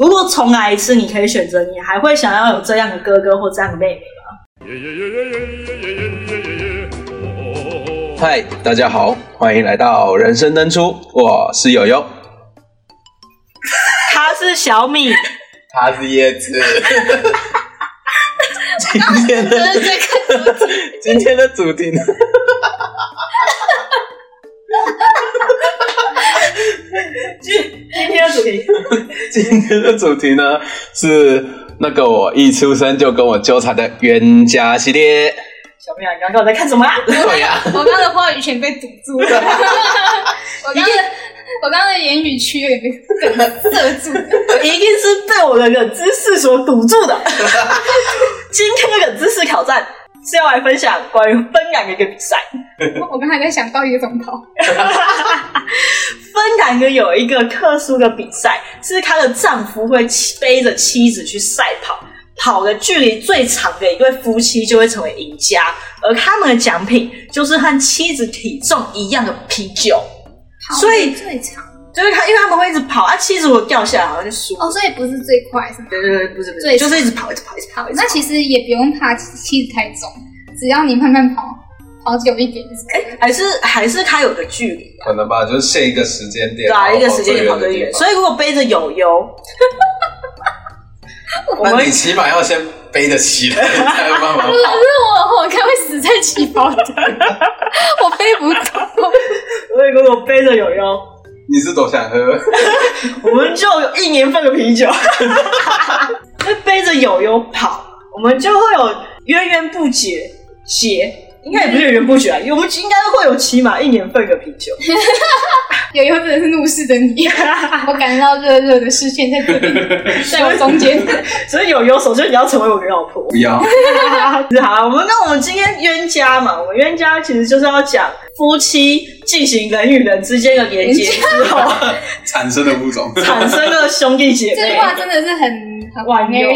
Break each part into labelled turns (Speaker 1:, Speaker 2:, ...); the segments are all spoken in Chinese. Speaker 1: 如果重来一次，你可以选择，你还会想要有这样的哥哥或这样的妹妹吗？
Speaker 2: 嗨，大家好，欢迎来到人生登出，我是友友，
Speaker 1: 他是小米，
Speaker 2: 他是叶子。 今天的今天的主题呢？
Speaker 1: 今天的主题，
Speaker 2: 今天的主题呢是那个我一出生就跟我纠缠的冤家系列。
Speaker 1: 小米啊，你刚刚我在看什么啊？
Speaker 2: 对呀、
Speaker 3: 我刚刚的话语权被堵住 了，我刚刚的我刚刚的言语区也被遮住了。
Speaker 1: 一定是被我的冷知识所堵住 的。今天的冷知识挑战是要来分享关于芬兰的一个比赛。
Speaker 3: 我刚才在想到底怎么跑，
Speaker 1: 芬兰的有一个特殊的比赛，是她的丈夫会骑背着妻子去赛跑，跑的距离最长的一对夫妻就会成为赢家，而他们的奖品就是和妻子体重一样的啤酒。 所以
Speaker 3: 跑得最长
Speaker 1: 就是他，因为他们会一直跑，啊，妻子如果掉下来好像就输。
Speaker 3: 哦，所以不是最快是吗？
Speaker 1: 对对对，不是不是，
Speaker 3: 最长
Speaker 1: 就是一直跑，一直跑，一直跑。
Speaker 3: 好
Speaker 1: 一，直跑
Speaker 3: 那其实也不用怕气太重，只要你慢慢跑，跑久一点就是可以。
Speaker 1: 哎还是还是他有个距离。
Speaker 2: 可能吧，就是限一个时间点，
Speaker 1: 对啊，
Speaker 2: 然后
Speaker 1: 一个时间点跑得
Speaker 2: 最
Speaker 1: 远，
Speaker 2: 的地方
Speaker 1: 所以如果背着友 友，我
Speaker 2: 那
Speaker 1: 们
Speaker 2: 你起码要先背得起来，才有 办法
Speaker 1: 哎
Speaker 3: 老师，哦我我该会死在起跑 点，我飞不动。
Speaker 1: 所以如果背着友友，
Speaker 2: 你是多想喝？
Speaker 1: 我们就有一年份的啤酒，会背着友友跑，我们就会有源源不绝解，应该也不是源源不绝啊，我们应该会有起码一年份的啤酒。
Speaker 3: 有一回真的是怒视着 你，我感到热热的视线在这里，在我中间。
Speaker 1: 所以友友，首先你要成为我的老婆
Speaker 2: 不。要，
Speaker 1: 是好，我们那我们今天冤家嘛，我们冤家其实就是要讲夫妻进行人与人之间的连接之后
Speaker 2: 产生的物种。
Speaker 1: 产生的兄弟姐
Speaker 3: 这句
Speaker 1: 妹。
Speaker 3: 话真的是很很
Speaker 1: 网友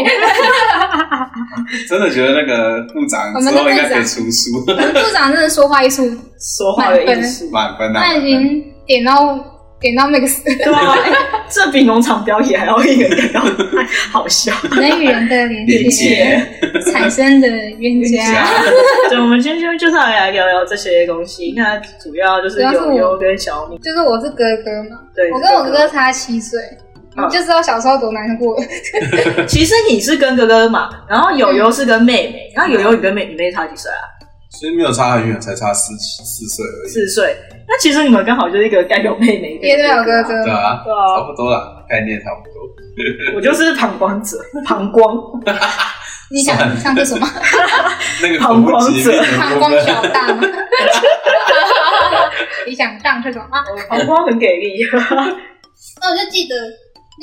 Speaker 2: 真的觉得那个部长
Speaker 3: 我
Speaker 2: 之
Speaker 3: 们的
Speaker 2: 后应该
Speaker 3: 部长
Speaker 2: 可以出书
Speaker 3: 我们部长真的说话艺术，
Speaker 1: 说话的艺术，
Speaker 2: 满分啊！
Speaker 3: 他已经点到点到 max，
Speaker 1: 对啊，哎这比农场标题还要一个高，好笑。
Speaker 3: 人与人的连
Speaker 2: 理
Speaker 3: 接
Speaker 2: 解
Speaker 3: 产生的冤家。
Speaker 1: 对，我们今天就是要来聊聊这些东西。那主要就是
Speaker 3: 主要是
Speaker 1: 友
Speaker 3: 我
Speaker 1: 友跟小米，
Speaker 3: 就是我是哥哥嘛，
Speaker 1: 对，
Speaker 3: 我跟我哥哥差七岁，
Speaker 1: 嗯
Speaker 3: 你就知道小时候多难过。
Speaker 1: 哥。其实你是跟哥哥嘛，然后友
Speaker 3: 嗯
Speaker 1: 友是跟妹妹，然后友友你跟妹你妹差几岁啊？
Speaker 2: 其实没有差很远，才差四四岁而已。
Speaker 1: 四岁。那其实你们刚好就是一个该有妹妹，
Speaker 3: 也对，我哥
Speaker 1: 啊。
Speaker 3: 哥
Speaker 2: 对啊，
Speaker 1: 对啊
Speaker 2: 差不多啦，概念差不多。
Speaker 1: 我就是膀胱者，膀胱
Speaker 3: 你想上厕所吗？
Speaker 2: 那个
Speaker 1: 膀
Speaker 2: 恐
Speaker 1: 胱
Speaker 2: 怖疾病
Speaker 1: 者
Speaker 2: 的
Speaker 3: 膀
Speaker 2: 部
Speaker 3: 胱
Speaker 2: 分，
Speaker 3: 小大吗？ 你想上厕所吗？
Speaker 1: 膀胱很给力。
Speaker 3: 那我就记得，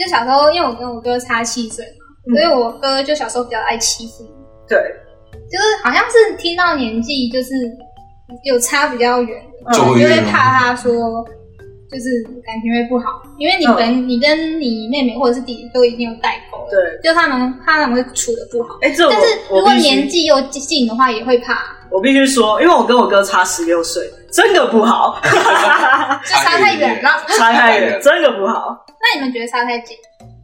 Speaker 3: 就小时候，因为我跟我哥差七岁嘛，
Speaker 1: 嗯
Speaker 3: 所以我哥就小时候比较爱欺负我，
Speaker 1: 对，
Speaker 3: 就是好像是听到年纪就是有差比较远，
Speaker 1: 嗯
Speaker 3: 我
Speaker 2: 就
Speaker 3: 就会
Speaker 2: 嗯
Speaker 3: 怕他说就是感情会不好，因为你
Speaker 1: 嗯
Speaker 3: 跟、你跟你妹妹或者是弟弟都一定有代沟，
Speaker 1: 对，
Speaker 3: 就他们他们会处的不好。
Speaker 1: 哎，这我
Speaker 3: 但是如
Speaker 1: 我
Speaker 3: 果
Speaker 1: 必须
Speaker 3: 年纪又近的话，也会怕，
Speaker 1: 我必须说，因为我跟我哥差十六岁，真的不好，
Speaker 3: 就差太远了。
Speaker 1: 差太远，真的不好。
Speaker 3: 那你们觉得差太近？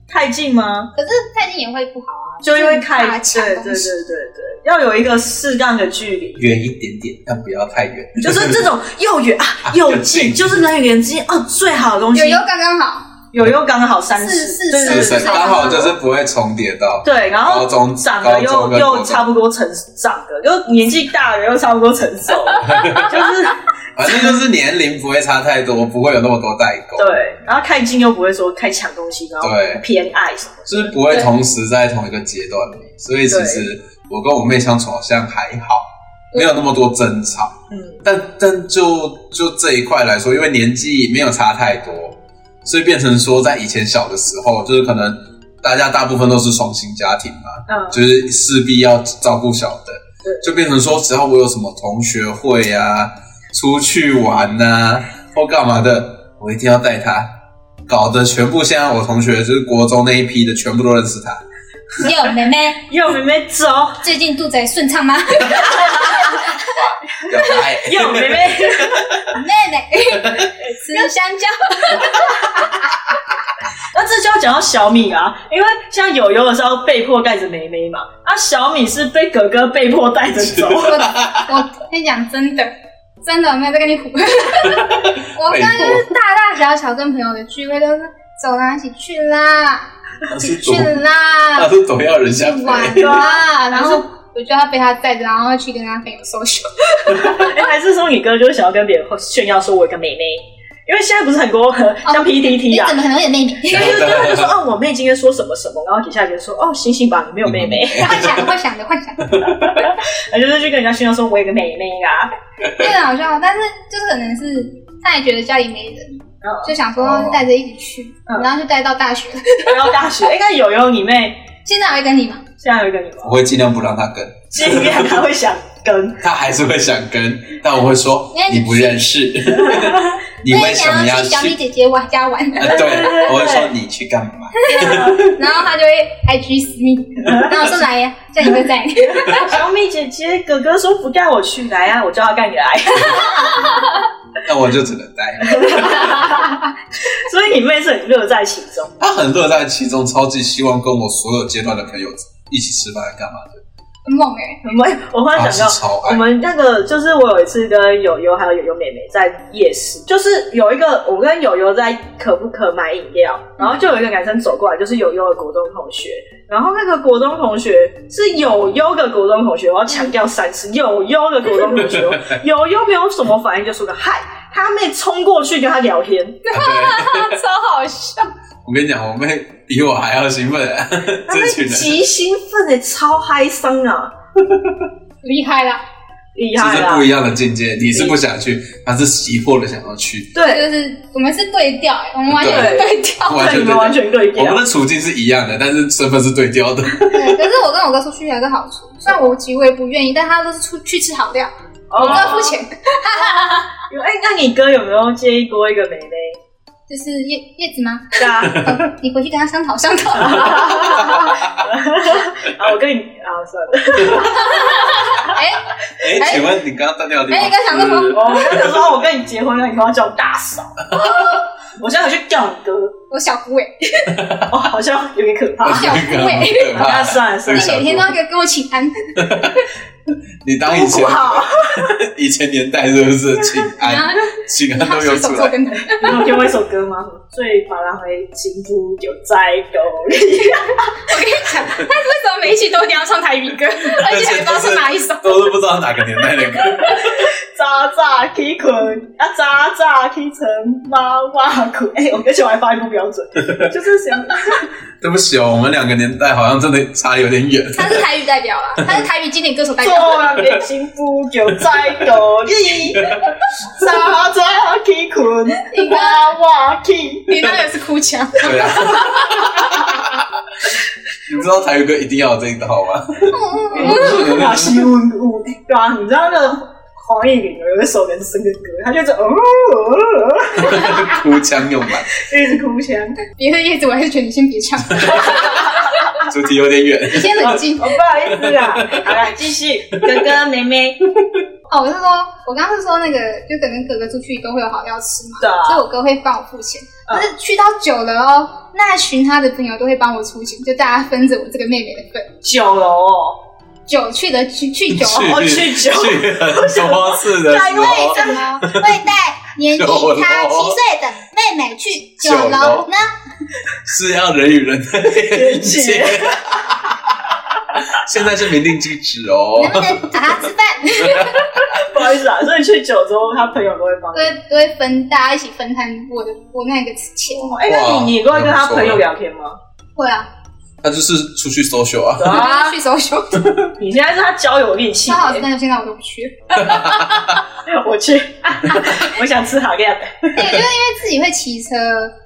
Speaker 1: 太近吗？
Speaker 3: 可是太近也会不好啊，
Speaker 1: 就因为
Speaker 3: 就是
Speaker 1: 太
Speaker 3: 怕
Speaker 1: 对
Speaker 3: 抢
Speaker 1: 对对对
Speaker 3: 东西。
Speaker 1: 对，要有一个适当的距离，
Speaker 2: 远一点点，但不要太远。
Speaker 1: 就是这种又远啊又近，就是人与人之间哦最好的东西
Speaker 3: 有。有刚刚好，
Speaker 1: 有又刚好三十，
Speaker 3: 是
Speaker 1: 对
Speaker 3: 是
Speaker 1: 对
Speaker 2: 是
Speaker 1: 对
Speaker 2: 是，
Speaker 3: 是
Speaker 2: 刚好就是不会重叠到。
Speaker 1: 对，然后
Speaker 2: 高中
Speaker 1: 长得
Speaker 2: 高
Speaker 1: 又
Speaker 2: 中跟国
Speaker 1: 又
Speaker 2: 中
Speaker 1: 差不多成长的，又年纪大了又差不多成熟了， 就是
Speaker 2: 反正就是年龄不会差太多，不会有那么多代沟，
Speaker 1: 对，然后太近又不会说太抢东西，然后
Speaker 2: 对
Speaker 1: 偏爱什么的。
Speaker 2: 就是不会同时在同一个阶段里。所以其实我跟我妹相处好像还好，没有那么多争吵。
Speaker 1: 嗯，
Speaker 2: 但但就就这一块来说，因为年纪没有差太多，所以变成说在以前小的时候，就是可能大家大部分都是双薪家庭嘛，
Speaker 1: 嗯，
Speaker 2: 就是势必要照顾小的
Speaker 1: 对，
Speaker 2: 就变成说，只要我有什么同学会啊、出去玩呐、或干嘛的，我一定要带他，搞得全部现在我同学就是国中那一批的，全部都认识他。
Speaker 3: 有妹妹
Speaker 1: 又妹妹走，
Speaker 3: 最近肚子还 顺畅吗？
Speaker 2: 表白
Speaker 1: 又妹妹，
Speaker 3: 妹妹吃香蕉，
Speaker 1: 那这就要讲到小米啊，因为像友友的时候被迫带着梅梅嘛，啊，小米是被哥哥被迫带着走。
Speaker 3: 我跟你讲，真的，真的没有在跟你 唬。我跟大大小小跟朋友的聚会都是走啦，一起去啦，
Speaker 2: 他
Speaker 3: 一起
Speaker 2: 是
Speaker 3: 去
Speaker 2: 总
Speaker 3: 啦
Speaker 2: 他，是总要人
Speaker 3: 去
Speaker 2: 家陪，
Speaker 3: 玩啦，然后。我就要被他带着，然后去跟他朋友 social。
Speaker 1: 哎、还是说你哥就是想要跟别人炫耀说我有个妹妹？因为现在不是很多呃像 PTT
Speaker 3: 你
Speaker 1: 啊
Speaker 3: 哎怎，么可能有妹妹？
Speaker 1: 对 对对，他就说哦，我妹今天说什么什么，然后底下就说哦，醒醒吧，你没有妹妹，
Speaker 3: 幻想，幻想的，幻想的。
Speaker 1: 然后就是去跟人家炫耀说我有个妹妹啊，
Speaker 3: 对，好笑，但是就是可能是他也觉得家里没人，
Speaker 1: 嗯
Speaker 3: 就想
Speaker 2: 哦
Speaker 3: 说带着一起去，
Speaker 1: 嗯
Speaker 3: 然后就带到大学。
Speaker 1: 然后大学，哎、那友友你妹
Speaker 3: 现在还会跟你吗？
Speaker 1: 现在有一个女吗？
Speaker 2: 我会尽量不让他跟，
Speaker 1: 尽量她会想跟，
Speaker 2: 他还是会想跟，但我会说
Speaker 3: 那你
Speaker 2: 你不认识，你为什么
Speaker 3: 我也想
Speaker 2: 要
Speaker 3: 去小丽
Speaker 2: 去？
Speaker 3: 姐姐玩家玩？
Speaker 2: 啊，对，我会说你去干嘛？
Speaker 3: 然后他就会 IG 私密，然后我说来呀，叫你会在，
Speaker 1: 小米姐姐哥哥说不带我去来啊，我叫他带你来，
Speaker 2: 那我就只能待。
Speaker 1: 所以你妹是很乐在其中。
Speaker 2: 他很乐在其中，超级希望跟我所有阶段的朋友一起吃饭干嘛的，
Speaker 3: 很猛哎，
Speaker 1: 我我忽然
Speaker 2: 他
Speaker 1: 想
Speaker 2: 哦是
Speaker 1: 到，
Speaker 2: 超
Speaker 1: 我
Speaker 2: 爱。
Speaker 1: 们那个就是我有一次跟友友还有友友妹妹在夜市，就是有一个我跟友友在可不可买饮料，然后就有一个男生走过来，就是友友的国中同学，然后那个国中同学是友优的国中同学，我要强调三 次，友优的国中同学，友优没有什么反应，就说个嗨，他妹冲过去跟他聊天，
Speaker 2: 啊对，
Speaker 3: 超好笑，
Speaker 2: 我跟你讲，我妹比我还要兴奋，啊
Speaker 1: 他妹
Speaker 2: 这群人是
Speaker 1: 极兴奋的、超嗨桑啊，
Speaker 3: 厉害啦，
Speaker 1: 厉害啊
Speaker 2: 是
Speaker 1: 啦
Speaker 2: 不，一样的境界。你是不想去，他是急迫的想要去，
Speaker 1: 对，
Speaker 3: 就是我们是对调哎，我们完全是对 调。
Speaker 2: 完
Speaker 1: 对
Speaker 2: 全
Speaker 1: 你
Speaker 2: 对
Speaker 1: 们完
Speaker 2: 调。
Speaker 1: 全对
Speaker 2: 我
Speaker 1: 调
Speaker 2: 们。的处境是一样的，但是身份是对调的。
Speaker 3: 对，可是我跟我哥出去有一个好处，虽然我其实我也不愿意，但他都是出去吃好料，
Speaker 1: 我
Speaker 3: 我哥
Speaker 1: 哦
Speaker 3: 付钱，
Speaker 1: 有哎、那你哥有没有介意过一个妹妹？
Speaker 3: 就是叶叶子吗？
Speaker 1: 对啊，
Speaker 3: 哦你回去跟他商讨商讨。
Speaker 1: 啊，我跟你啊，算了，
Speaker 3: 哎，
Speaker 2: 哎、
Speaker 3: 哎
Speaker 2: 请问你刚刚断掉的地方？
Speaker 3: 哎你刚想说什么
Speaker 2: 是
Speaker 1: 我跟你说，我跟你结婚了，你要叫我大嫂。我现在回去叫你哥，
Speaker 3: 我小姑哎，
Speaker 1: 哦，好像有点可怕。
Speaker 3: 小姑哎，
Speaker 2: 很 可
Speaker 1: 那
Speaker 2: 怕。
Speaker 1: 算了算
Speaker 2: 对
Speaker 1: 了，
Speaker 3: 你每天都要跟跟我请安，
Speaker 2: 你当以前
Speaker 1: 不好，
Speaker 2: 以前年代是不是？请
Speaker 3: 然
Speaker 2: 安，
Speaker 3: 后
Speaker 2: 请
Speaker 3: 你
Speaker 2: 安
Speaker 3: 看
Speaker 2: 哎都
Speaker 3: 洗
Speaker 2: 有
Speaker 3: 手
Speaker 2: 出
Speaker 3: 做
Speaker 2: 来。
Speaker 3: 跟头。
Speaker 1: 你有听过一首歌吗？最把浪为情夫有在沟里。
Speaker 3: 我跟你讲，他为什么每一期都一定要唱台语 歌，而且还不知道是哪一首？
Speaker 2: 都是不知道哪个年代的歌，
Speaker 1: 早早起困，啊早早起床，妈妈困。哎、我而且我还发音不标准，就是想
Speaker 2: 对不起哦，我们两个年代好像真的差有点远。
Speaker 3: 他是台语代表啦，他是台语经典歌手代表。
Speaker 1: 做啊人的幸福就在道理，早早起困，晚晚起。
Speaker 3: 你当然是哭腔，
Speaker 2: 对啊，你知道台语歌一定要有这一套吗？
Speaker 3: 嗯
Speaker 1: 哇，西呜呜，对啊，你知道那个黄义玲有一首人生的歌，他就是哦，
Speaker 2: 哭腔用版，
Speaker 1: 一直哭腔。
Speaker 3: 别的叶子，我还是觉得你先别唱，你
Speaker 2: 主题有点远。
Speaker 3: 先冷静。
Speaker 1: 哦，不好意思啊，好了，继续，哥哥妹妹
Speaker 3: 哦，我是说，我刚刚是说那个，就可能哥哥出去都会有好料吃嘛，
Speaker 1: 的，
Speaker 3: 所以我哥会帮我付钱。
Speaker 1: 嗯
Speaker 3: 但是去到久了哦，那群他的朋友都会帮我出钱，就大家分着我这个妹妹的份。
Speaker 1: 九楼哦，
Speaker 3: 久去的去去久，哎
Speaker 1: 哦去酒
Speaker 2: 去很多次的时候，
Speaker 3: 什么会带年纪差七岁的妹妹去九楼呢？
Speaker 2: 是要人与人的连接。现在是明令禁止哦
Speaker 3: 能，不能找他吃饭？
Speaker 1: 不好意思啊，所以去九州，他朋友都会帮
Speaker 3: 都
Speaker 1: 你。
Speaker 3: 会都会分，大家一起分摊我的我那个钱。
Speaker 1: 哎，那你你会跟他朋友聊天吗？
Speaker 3: 会啊，
Speaker 2: 他就是出去 social 啊。
Speaker 3: 我就去 搜修，
Speaker 1: 你现在是他交友利器
Speaker 3: 超。好吃，但是现在我都不去了。
Speaker 1: 我 去，我想吃好料的。
Speaker 3: 对，就是因为自己会骑车，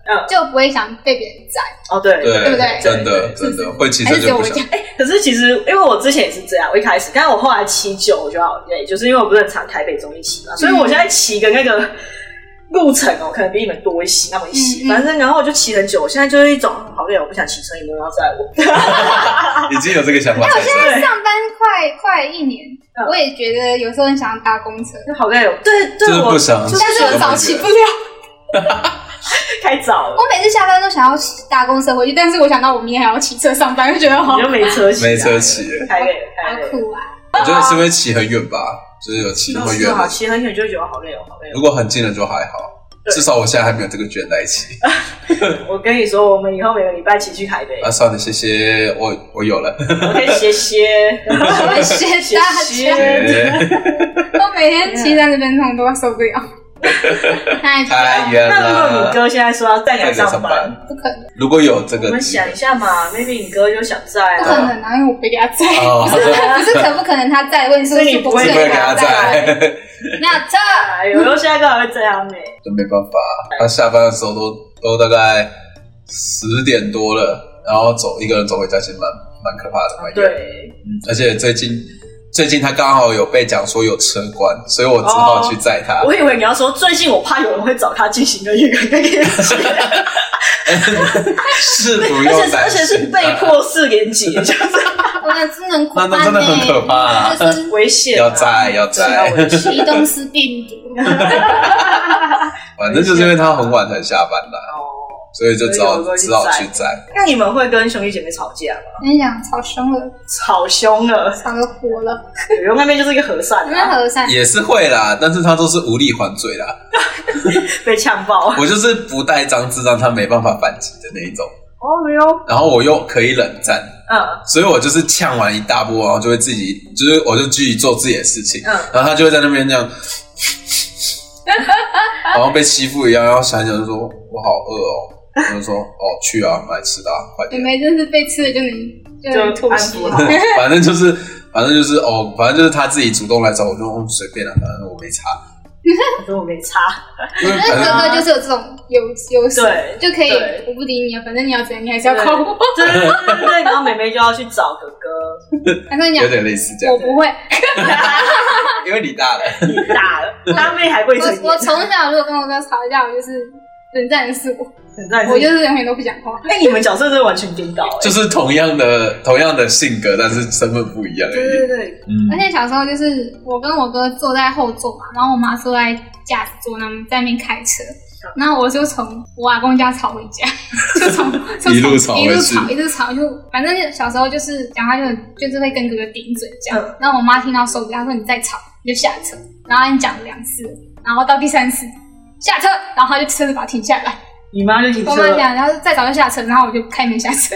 Speaker 1: 嗯
Speaker 3: 就不会想被别人载。
Speaker 1: 哦，对，
Speaker 2: 对
Speaker 3: 不对
Speaker 2: 真的真的会骑
Speaker 3: 还
Speaker 2: 车
Speaker 3: 是只
Speaker 2: 就
Speaker 3: 有
Speaker 2: 不
Speaker 3: 我
Speaker 2: 想
Speaker 3: 这。样？
Speaker 1: 可是其实，因为我之前也是这样，我一开始，但是我后来骑久，我觉得好累，就是因为我不是很常台北中一骑嘛，
Speaker 3: 嗯
Speaker 1: 所以我现在骑的那个路程哦，可能比你们多一些那么一些，
Speaker 3: 嗯嗯
Speaker 1: 反正然后我就骑很久，我现在就是一种好累，我不想骑车，你们要载我。
Speaker 2: 已经有这个想法产生。
Speaker 1: 对，
Speaker 3: 上班快快一年
Speaker 1: 嗯，
Speaker 3: 我也觉得有时候很想搭公车，
Speaker 1: 就好累哦。对对，
Speaker 2: 就是
Speaker 1: 我
Speaker 2: 不想
Speaker 1: 就
Speaker 2: 骑
Speaker 1: 是
Speaker 3: 但是我早起不了。
Speaker 1: 太早了
Speaker 3: 我，每次下班都想要骑搭公车回去，但是我想到我明天还要骑车上班，就觉得好
Speaker 1: 你就没车骑，
Speaker 2: 没车，骑，
Speaker 1: 太累了，太
Speaker 3: 哦好
Speaker 1: 累了。
Speaker 3: 苦啊！
Speaker 2: 我觉得是因为骑很远吧，就是有骑那么远
Speaker 1: 就好，
Speaker 2: 的。
Speaker 1: 骑很远就会觉得好累哦，好累
Speaker 2: 如
Speaker 1: 哦。
Speaker 2: 果很近的就还好，
Speaker 1: 对
Speaker 2: 至少我现在还没有这个倦怠期。
Speaker 1: 我跟你说，我们以后每个礼拜骑去台北
Speaker 2: 啊，算了，谢谢，我我有了，
Speaker 1: ，OK，谢谢，
Speaker 3: 谢谢
Speaker 1: 谢
Speaker 3: 大家，
Speaker 1: 谢。
Speaker 3: 我每天骑三十分钟都受不了，太久
Speaker 2: 太
Speaker 3: 了，
Speaker 2: 远
Speaker 1: 那如果你
Speaker 2: 了。
Speaker 1: 哥现在说要带你来上班，
Speaker 3: 不可能，
Speaker 2: 如果有这
Speaker 1: 我
Speaker 2: 个
Speaker 1: 们
Speaker 2: 机
Speaker 1: 想
Speaker 2: 会
Speaker 1: 一，下嘛，maybe 你哥就想在
Speaker 3: 不
Speaker 1: 啊，
Speaker 3: 可能啊，因为我被给他载。
Speaker 2: 哦，
Speaker 3: 不是，不是可不可能他在问，是不
Speaker 1: 所以
Speaker 3: 是
Speaker 1: 你不
Speaker 2: 我
Speaker 1: 会
Speaker 2: 也不会给他载，
Speaker 3: 载？没有错，
Speaker 1: 哎呦，现在干嘛会这样欸呢？
Speaker 2: 就没办法。他下班的时候都都大概十点多了，然后走一个人走回家，其实蛮蛮可怕的，蛮远的。
Speaker 1: 对，
Speaker 2: 嗯而且最近最近他刚好有被讲说有车关，所以我只好去载他。
Speaker 1: 我以为你要说最近我怕有人会找他进行一个约会跟连 接，
Speaker 2: 是不
Speaker 1: 而且
Speaker 2: 用
Speaker 1: 是而
Speaker 2: 担
Speaker 1: 且
Speaker 2: 心
Speaker 1: 是
Speaker 2: 啊，
Speaker 1: 被迫式连接， 就是
Speaker 3: 我的智能苦
Speaker 2: 那
Speaker 3: 班呢
Speaker 2: 那真的很可怕啊
Speaker 3: 就是
Speaker 1: 危险啊，
Speaker 2: 要载要载，
Speaker 1: 对要危险
Speaker 3: 移动式病毒，啊
Speaker 2: 反正就是因为他很晚才下班啦，
Speaker 1: 哦。
Speaker 2: 所以就只好
Speaker 1: 所以有时候去
Speaker 2: 只好
Speaker 1: 载
Speaker 2: 去载。
Speaker 1: 那你们会跟兄弟姐妹吵架吗？
Speaker 3: 跟你讲，超凶了，
Speaker 1: 吵凶了，
Speaker 3: 吵得火了。
Speaker 1: 有用那边就是一个和善、
Speaker 3: 那
Speaker 1: 啊，
Speaker 3: 和善，
Speaker 2: 也是会啦，但是他都是无力还嘴啦。
Speaker 1: 被呛爆。
Speaker 2: 我就是不带脏字，让他没办法反击的那一种。
Speaker 1: 哦哟，
Speaker 2: 然后我又可以冷战，
Speaker 1: 嗯，
Speaker 2: 所以我就是呛完一大波，然后就会自己，就是我就自己做自己的事情，
Speaker 1: 嗯
Speaker 2: 然后他就会在那边那样， 好像被欺负一样，然后想一想就说我好饿哦，我就说哦去啊，买吃的、啊，快
Speaker 3: 你
Speaker 2: 点，
Speaker 3: 们真是被吃了就能就能
Speaker 1: 就
Speaker 3: 吐
Speaker 1: 安
Speaker 3: 息
Speaker 1: 抚。好。
Speaker 2: 反正就是反正就是哦，反正就是他自己主动来找我，我就嗯随便了、反正我没差，
Speaker 1: 我说我没差，
Speaker 2: 因为
Speaker 3: 那
Speaker 2: 反正
Speaker 3: 哥哥就是有这种优优势，
Speaker 1: 对
Speaker 3: 就可以
Speaker 1: 对
Speaker 3: 我不理你啊，反正你要怎样，你还是要靠我。
Speaker 1: 对对对对对，然后妹妹就要去找哥 哥，
Speaker 3: 他跟你
Speaker 2: 有
Speaker 3: 讲，
Speaker 2: 点类似这样
Speaker 3: 我，不会，
Speaker 2: 因为你大了，
Speaker 1: 你大了，他妹还未成
Speaker 3: 我我
Speaker 1: 年，
Speaker 3: 从小如果跟我哥吵架，我就是冷战的是我，
Speaker 1: 很在
Speaker 3: 我就是永远都不讲话。
Speaker 1: 哎，你们角色真的完全颠倒，哎
Speaker 2: 就是同样的同样的性格，但是身份不一样而
Speaker 1: 对对
Speaker 2: 已。
Speaker 1: 对对，
Speaker 2: 嗯
Speaker 3: 而且小时候就是我跟我哥坐在后座嘛，然后我妈坐在驾驶座，那么在那边开车，
Speaker 2: 嗯
Speaker 3: 然后我就从我阿公家吵回家， 就从就从
Speaker 2: 一路吵回去
Speaker 3: 一路吵一路吵，就反正就小时候就是讲话就就是会跟哥哥顶嘴这样，
Speaker 1: 嗯
Speaker 3: 然后我妈听到受不了，她说你再吵你就下车，然后你讲了两次，然后到第三次下车，然后她就车子把它停下来，
Speaker 1: 你妈就停
Speaker 3: 我
Speaker 1: 车
Speaker 3: 妈
Speaker 1: 了，
Speaker 3: 讲，然后再吵就下车，然后我就开门下车，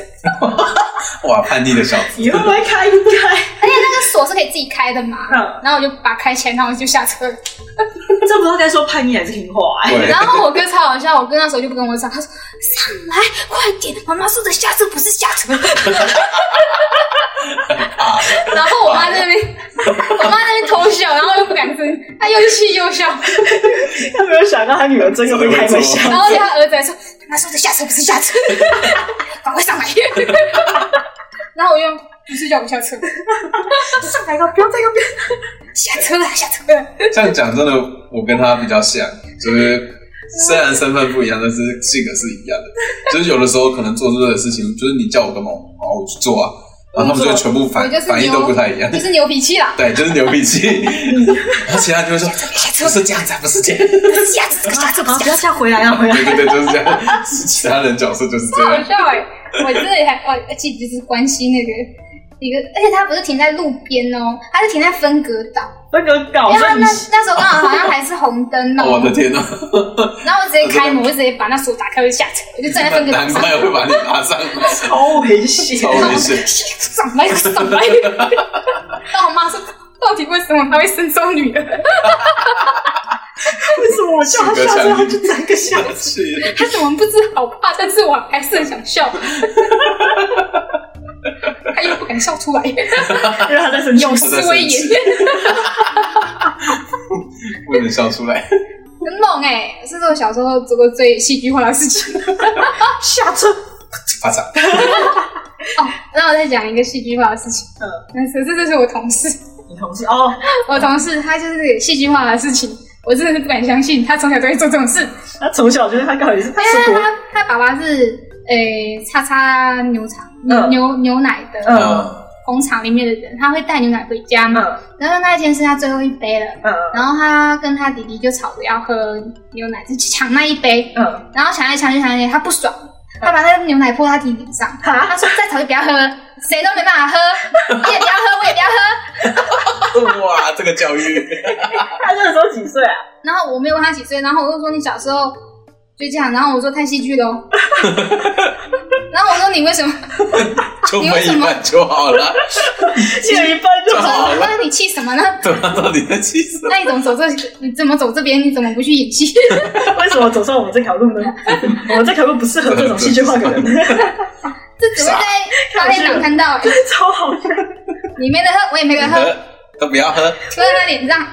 Speaker 2: 哇，叛逆的小子，
Speaker 1: 你会不会开一开？
Speaker 3: 那个锁是可以自己开的嘛，
Speaker 1: 嗯
Speaker 3: 然后我就把它开起来，然后我就下车了。
Speaker 1: 这不知道该说叛逆还是听话，哎，
Speaker 2: 对
Speaker 3: 然。后我哥超好笑，我哥那时候就不跟我吵，他说上来快点，妈妈说的下车不是下车。然后我妈在那边，我妈在那边偷笑，然后又不敢声，她又气又笑，
Speaker 1: 他没有想到他女儿真的会开门下
Speaker 3: 然，后就他儿子还说妈妈说的下车不是下车，赶快上来。然后我就不是叫我下车，
Speaker 1: 上来吧，不要再用
Speaker 3: 下车了下车了，
Speaker 2: 这样讲真的，我跟他比较像，就是虽然身份不一样，但是性格是一样的。就是有的时候可能做这个事情，就是你叫我干嘛，然后我去做啊，然后他们就全部
Speaker 3: 我
Speaker 2: 反
Speaker 3: 就是哦
Speaker 2: 反应都不太一样
Speaker 3: 就。是牛脾气啦，
Speaker 2: 对，就是牛脾 气，然后其他就会说不是这样子啊，不是这样，
Speaker 3: 不是下车不是下车不
Speaker 1: 好，
Speaker 3: 是
Speaker 1: 不
Speaker 3: 下
Speaker 1: 要啊这样
Speaker 3: 车，
Speaker 1: 回来，要回来啊
Speaker 2: 对。对对，就是这样。其他人角色就是这
Speaker 3: 好
Speaker 2: 样，
Speaker 3: 笑哎、我真的还哇，而且就是关心那个。一个，而且他不是停在路边哦，他是停在分隔岛，
Speaker 1: 那个搞
Speaker 3: 因为他
Speaker 1: 正
Speaker 3: 那那时候刚好好像还是红灯 哦。
Speaker 2: 我的天啊哪，
Speaker 3: 然后我直接开门，我就直接把那锁打开，我就下车，我就站在分 隔岛
Speaker 2: 难
Speaker 3: 上，
Speaker 2: 怪会把你拉上来，
Speaker 1: 超危险，
Speaker 2: 超
Speaker 3: 哎
Speaker 2: 危险。
Speaker 3: 上来上来。然后我妈说，到底为什么他会生这种女儿？
Speaker 1: 为什么我叫他下车，他就整个下车？
Speaker 2: 是
Speaker 3: 他怎么不知好怕？但是我还是很想笑，他又不敢 笑出来，
Speaker 1: 因为他在生气。
Speaker 3: 有失威严，
Speaker 2: 不能笑出来，
Speaker 3: 很猛哎、这是我小时候做过最戏剧化的事情。
Speaker 1: 下车，
Speaker 2: 啪嚓！
Speaker 3: 哦，那我再讲一个戏剧化的事情。
Speaker 1: 嗯
Speaker 3: 但是这就是我同事，
Speaker 1: 你同事哦，
Speaker 3: 我同事他就是有戏剧化的事情，我真的是不敢相信，他从小都会做这种事。
Speaker 1: 他从小就是他到底是他
Speaker 3: 因
Speaker 1: 是
Speaker 3: 为
Speaker 1: 国
Speaker 3: 他欸他爸爸是诶、叉叉牛场牛、
Speaker 1: 嗯
Speaker 3: 牛牛奶的
Speaker 1: 嗯
Speaker 2: 嗯，
Speaker 3: 工厂里面的人，他会带牛奶回家
Speaker 1: 嗯
Speaker 3: 嘛。然后那一天是他最后一杯了，
Speaker 1: 嗯
Speaker 3: 然后他跟他弟弟就吵着要喝牛奶，就抢那一杯，
Speaker 1: 嗯，
Speaker 3: 然后抢来抢去抢来抢去，他不爽，他把那个牛奶泼他弟弟上，
Speaker 1: 哈
Speaker 3: 他，说再吵就不要喝，谁都没办法喝，你也不要喝，我也不要喝。
Speaker 2: 哇，这个教育，
Speaker 1: 他那个时候几岁啊？
Speaker 3: 然后我没有问他几岁，然后我就说你小时候就这样，然后我说太戏剧喽。然后我说你为什么？
Speaker 2: 就分一半就好了。
Speaker 1: 有一半就
Speaker 3: 我
Speaker 1: 好。
Speaker 3: 说我说你气什么呢？
Speaker 2: 对啊，到底在气什么？
Speaker 3: 那你怎么走这？你怎么走这边？你怎么不去演戏？
Speaker 1: 为什么走上我们这条路呢？我们这条路不适合这种戏剧化的人，
Speaker 3: 这只会在八点档看到、欸，
Speaker 1: 超好笑。
Speaker 3: 你没得喝，我也没
Speaker 1: 啊
Speaker 3: 得喝，
Speaker 2: 喝他不要 喝，
Speaker 3: 泼在他脸上，我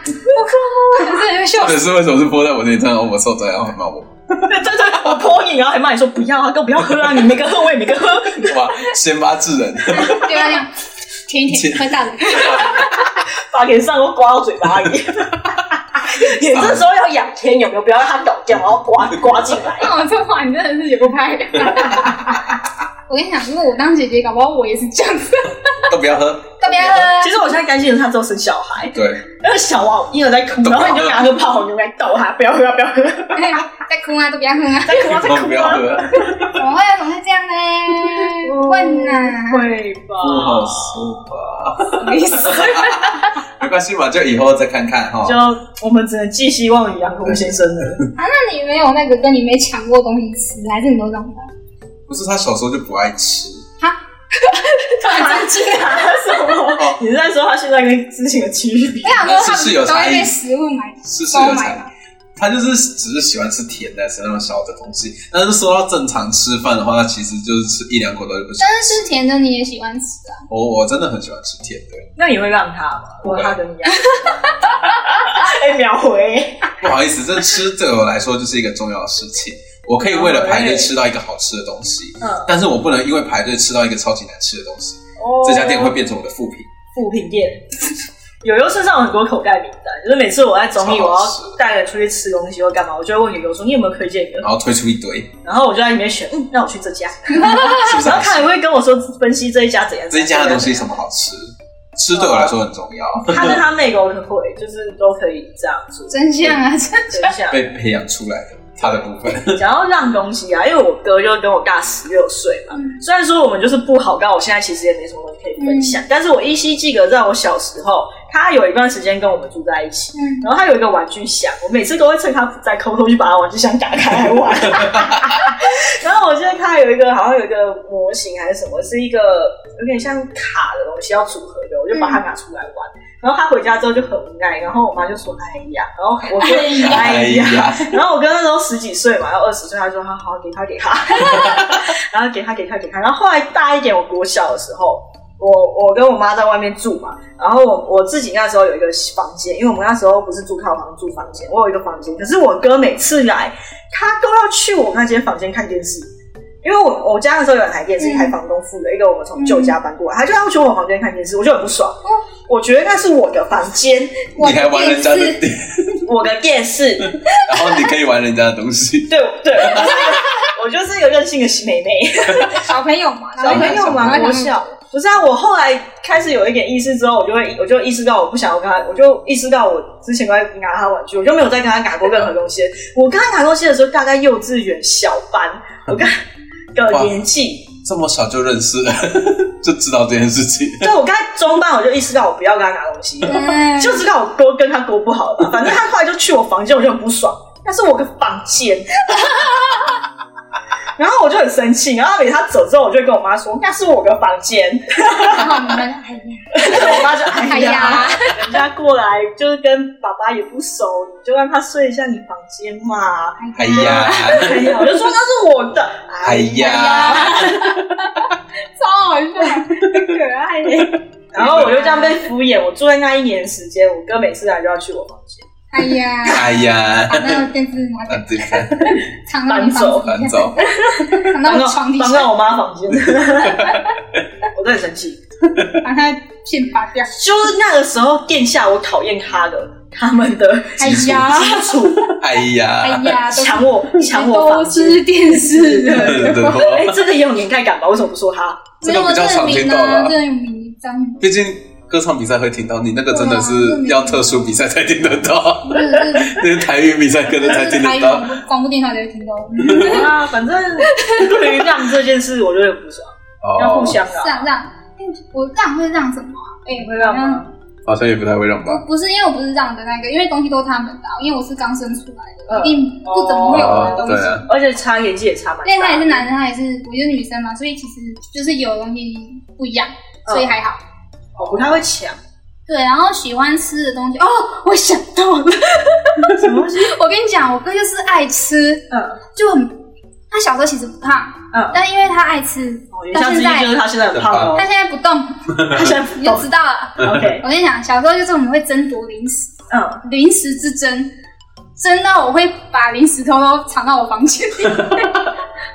Speaker 3: 靠，我真的会笑
Speaker 2: 或
Speaker 3: 死。
Speaker 2: 者是为什么是泼在我脸上？哦，我受罪，然后骂我，
Speaker 1: 对对对，我泼你，然后还骂你说不要啊，都不要喝啊，你没个喝，我也没个喝。
Speaker 2: 哇，先发制人，
Speaker 3: 对啊他这样舔一舔，喝大了。
Speaker 1: 把脸上都刮到嘴巴里。你这时候要仰天，有没有？不要让它倒掉，然后刮刮进来。
Speaker 3: 那我哎这话你真的是有 拍。我跟你讲，如果我当姐姐，搞不好我也是这样子。
Speaker 2: 都不要喝。
Speaker 3: 干嘛呀？
Speaker 1: 其实我现在担心的是他之后生小孩，
Speaker 2: 对，
Speaker 1: 那个小娃婴儿在哭，然后你就拿个泡好牛奶倒他，不要喝啊，不要喝，
Speaker 3: 在哭啊，都不要哭啊！
Speaker 1: 在哭啊，在
Speaker 2: 都不
Speaker 1: 哭
Speaker 2: 要
Speaker 1: 啊，
Speaker 2: 喝，
Speaker 3: 怎么会怎么会这样呢？问呐、
Speaker 1: 会
Speaker 2: 不
Speaker 1: 吧？
Speaker 2: 哦好说吧？
Speaker 1: 没事，
Speaker 2: 没关系嘛，就以后再看看哈。
Speaker 1: 就我们只能寄希望于杨公先生了。
Speaker 3: 啊！那你没有那个跟你妹抢过东西吃，还是你都长大？
Speaker 2: 不是他小时候就不爱吃，
Speaker 1: 他进啊什么？你是在说他现在跟之前的区别？
Speaker 3: 我想
Speaker 2: 那
Speaker 3: 说他
Speaker 2: 是是有
Speaker 3: 们都会
Speaker 2: 差异
Speaker 3: 被食物买
Speaker 2: 是是
Speaker 3: 包
Speaker 2: 有
Speaker 3: 买
Speaker 2: 才。
Speaker 1: 啊
Speaker 2: 他就是只是喜欢吃甜的，吃那种小的东西。但是说到正常吃饭的话，他其实就是吃一两口都不行。
Speaker 3: 但是吃甜的你也喜欢吃啊？
Speaker 2: 我我真的很喜欢吃甜的，
Speaker 1: 那你会让他吗？我会他跟你一样。哎，秒回，
Speaker 2: 不好意思，这吃对我来说就是一个重要的事情。我可以为了排队吃到一个好吃的东西，
Speaker 1: 嗯，
Speaker 2: 但是我不能因为排队吃到一个超级难吃的东西，
Speaker 1: 哦
Speaker 2: 这家店会变成我的副品。
Speaker 1: 富平店，友友身上有很多口袋名单，就是每次我在整理
Speaker 2: 超
Speaker 1: 我
Speaker 2: 好吃
Speaker 1: 要带人出去吃东西或干嘛，我就会问友友说你有没有推荐的，
Speaker 2: 然后推出一 堆，
Speaker 1: 然后我就在里面选，嗯，那我去这家，
Speaker 2: 是不是
Speaker 1: 然后
Speaker 2: 好吃？
Speaker 1: 他也会跟我说分析这一家怎样，
Speaker 2: 这一家的东西
Speaker 1: 怎
Speaker 2: 什么好吃？吃对我来说很重要，
Speaker 1: 样。 他跟他妹都会，就是都可以这样做，
Speaker 3: 真相啊！真
Speaker 1: 真相。
Speaker 2: 被培养出来的，它的部分。
Speaker 1: 想要让东西啊，因为我哥就跟我大十六岁嘛，虽然说我们就是不好，但我现在其实也没什么东西可以分享。但是我依稀记得，在我小时候，他有一段时间跟我们住在一起，
Speaker 3: 嗯，
Speaker 1: 然后他有一个玩具箱，我每次都会趁他不在，偷偷去把他玩具箱打开来玩。然后我记得他有一个，好像有一个模型还是什么，是一个有点像卡的东西要组合的，我就把它拿出来玩。然后他回家之后就很无奈，然后我妈就说：“哎呀。”然后我就
Speaker 3: 哎呀
Speaker 1: 哎
Speaker 2: 哎
Speaker 1: 呀。
Speaker 2: 呀，
Speaker 1: 然后我哥那时候十几岁嘛，然后二十岁，他说好好给他给他， 然后给他给他给他。然后后来大一点，我国小的时候，我我跟我妈在外面住嘛，然后我我自己那时候有一个房间，因为我们那时候不是住套房住房间，我有一个房间，可是我哥每次来，他都要去我那间房间看电视。因为我我家那时候有两台电视，
Speaker 3: 嗯
Speaker 1: 一台房东付的，一个我们从旧家搬过来，他就要去我房间看电视，我就很不爽。
Speaker 3: 哦
Speaker 1: 我觉得那是我的房间，
Speaker 3: 我
Speaker 2: 你还玩人家的
Speaker 3: 的电视，
Speaker 2: 店，
Speaker 1: 我的电视，
Speaker 2: 然后你可以玩人家的东西，
Speaker 1: 对对，我就是我就是一个任性的妹妹，
Speaker 3: 小朋友嘛，
Speaker 2: 小朋友嘛
Speaker 1: 国小。不是啊，我后来开始有一点意识之后，我就会我就意识到我不想要跟他，我就意识到我之前都在拿他玩具，我就没有再跟他拿过任何东西。 我跟他拿东西的时候，大概幼稚园小班，我跟他的年 纪，
Speaker 2: 这么小就认识了， 就知道这件事情。
Speaker 1: 对我刚才中班我就意识到我不要跟他拿东西，
Speaker 3: 嗯，
Speaker 1: 就知道我沟跟他沟不好 了。反正他后来就去我房间，我就很不爽，那是我个房 间。然后我就很生气，然后每次他走之后，我就会跟我妈说那是我个房间。
Speaker 3: 然后你们哎呀，
Speaker 1: 我妈就哎
Speaker 3: 哎
Speaker 1: 呀
Speaker 3: 呀，
Speaker 1: 人家过来就是跟爸爸也不熟，你就让他睡一下你房间嘛。
Speaker 2: 哎，呀，
Speaker 1: 哎呀，我就说那是我的。
Speaker 2: 哎呀，
Speaker 3: 超好笑，很可爱耶！
Speaker 1: 然后我就这样被敷衍。我住在那一年的时间，我哥每次来就要去我房间。
Speaker 3: 哎呀，
Speaker 2: 哎呀，
Speaker 3: 把那个电视拿
Speaker 2: 啊
Speaker 3: 走，
Speaker 2: 对，
Speaker 3: 藏到你房子
Speaker 2: 搬
Speaker 3: 里
Speaker 2: 走，
Speaker 1: 搬
Speaker 3: 面，藏到
Speaker 1: 到
Speaker 3: 我床底
Speaker 1: 搬
Speaker 3: 下，
Speaker 1: 到我妈房 间，我真的很生气。
Speaker 3: 把它片拔掉。
Speaker 1: 就是那个时候，殿下我讨厌他的，他们的
Speaker 3: 哎呀，
Speaker 1: 基 础
Speaker 2: 哎
Speaker 3: 哎
Speaker 2: 呀，
Speaker 3: 呀，都
Speaker 1: 抢我抢我房
Speaker 3: 都
Speaker 1: 间。
Speaker 3: 是电视
Speaker 2: 对
Speaker 3: 的，
Speaker 2: 对
Speaker 1: 哎，这个也有年代感吧？为什么不说他？
Speaker 2: 这个比较常听到
Speaker 3: 啊，
Speaker 2: 吧
Speaker 3: 这个有名。张你
Speaker 2: 毕竟歌唱比赛会听到，你那个真的
Speaker 3: 对啊
Speaker 2: 是要特殊比赛才听得 到，
Speaker 3: 不是是
Speaker 2: 那是台语比赛 可能才听
Speaker 3: 台
Speaker 2: 得
Speaker 3: 语
Speaker 2: 到。
Speaker 3: 广播广播电台就会听到。嗯
Speaker 1: 啊，反正对于让这件事，我有点不啊爽， 要
Speaker 2: 哦
Speaker 1: 互，相的
Speaker 3: 是
Speaker 1: 啊，
Speaker 3: 啊，让，哎我让会让什么啊？哎、
Speaker 1: 会让吗？
Speaker 2: 好像也不太会让吧。
Speaker 3: 不不是因为我不是让的那个，因为东西都是他们的啊、因为我是刚生出来
Speaker 1: 嗯
Speaker 3: 的，一定不怎么会有我的
Speaker 2: 呃哦，
Speaker 3: 东
Speaker 2: 对
Speaker 3: 西。
Speaker 2: 啊，
Speaker 1: 而且差年纪也差蛮
Speaker 3: 因为他也
Speaker 1: 大
Speaker 3: 是
Speaker 1: 的。
Speaker 3: 男生，他也是我就是女生嘛，所以其实就是有的东西不一样，所以还好。
Speaker 1: 我哦不太会抢，
Speaker 3: 对，然后喜欢吃的东西，哦，我想到了，
Speaker 1: 什么东 西？
Speaker 3: 我跟你讲，我哥就是爱吃，
Speaker 1: 嗯
Speaker 3: 就很，他小时候其实不胖，
Speaker 1: 嗯，
Speaker 3: 但因为他爱吃，
Speaker 1: 哦原相之一就是他现在很胖哦
Speaker 3: 他，现在不动，
Speaker 1: 他现在
Speaker 3: 你
Speaker 1: 不
Speaker 3: 就
Speaker 1: 懂。
Speaker 3: 知道了。
Speaker 1: OK，
Speaker 3: 我跟你讲，小时候就是我们会争夺零食，
Speaker 1: 嗯，
Speaker 3: 零食之争，争到我会把零食偷偷藏到我房间 里，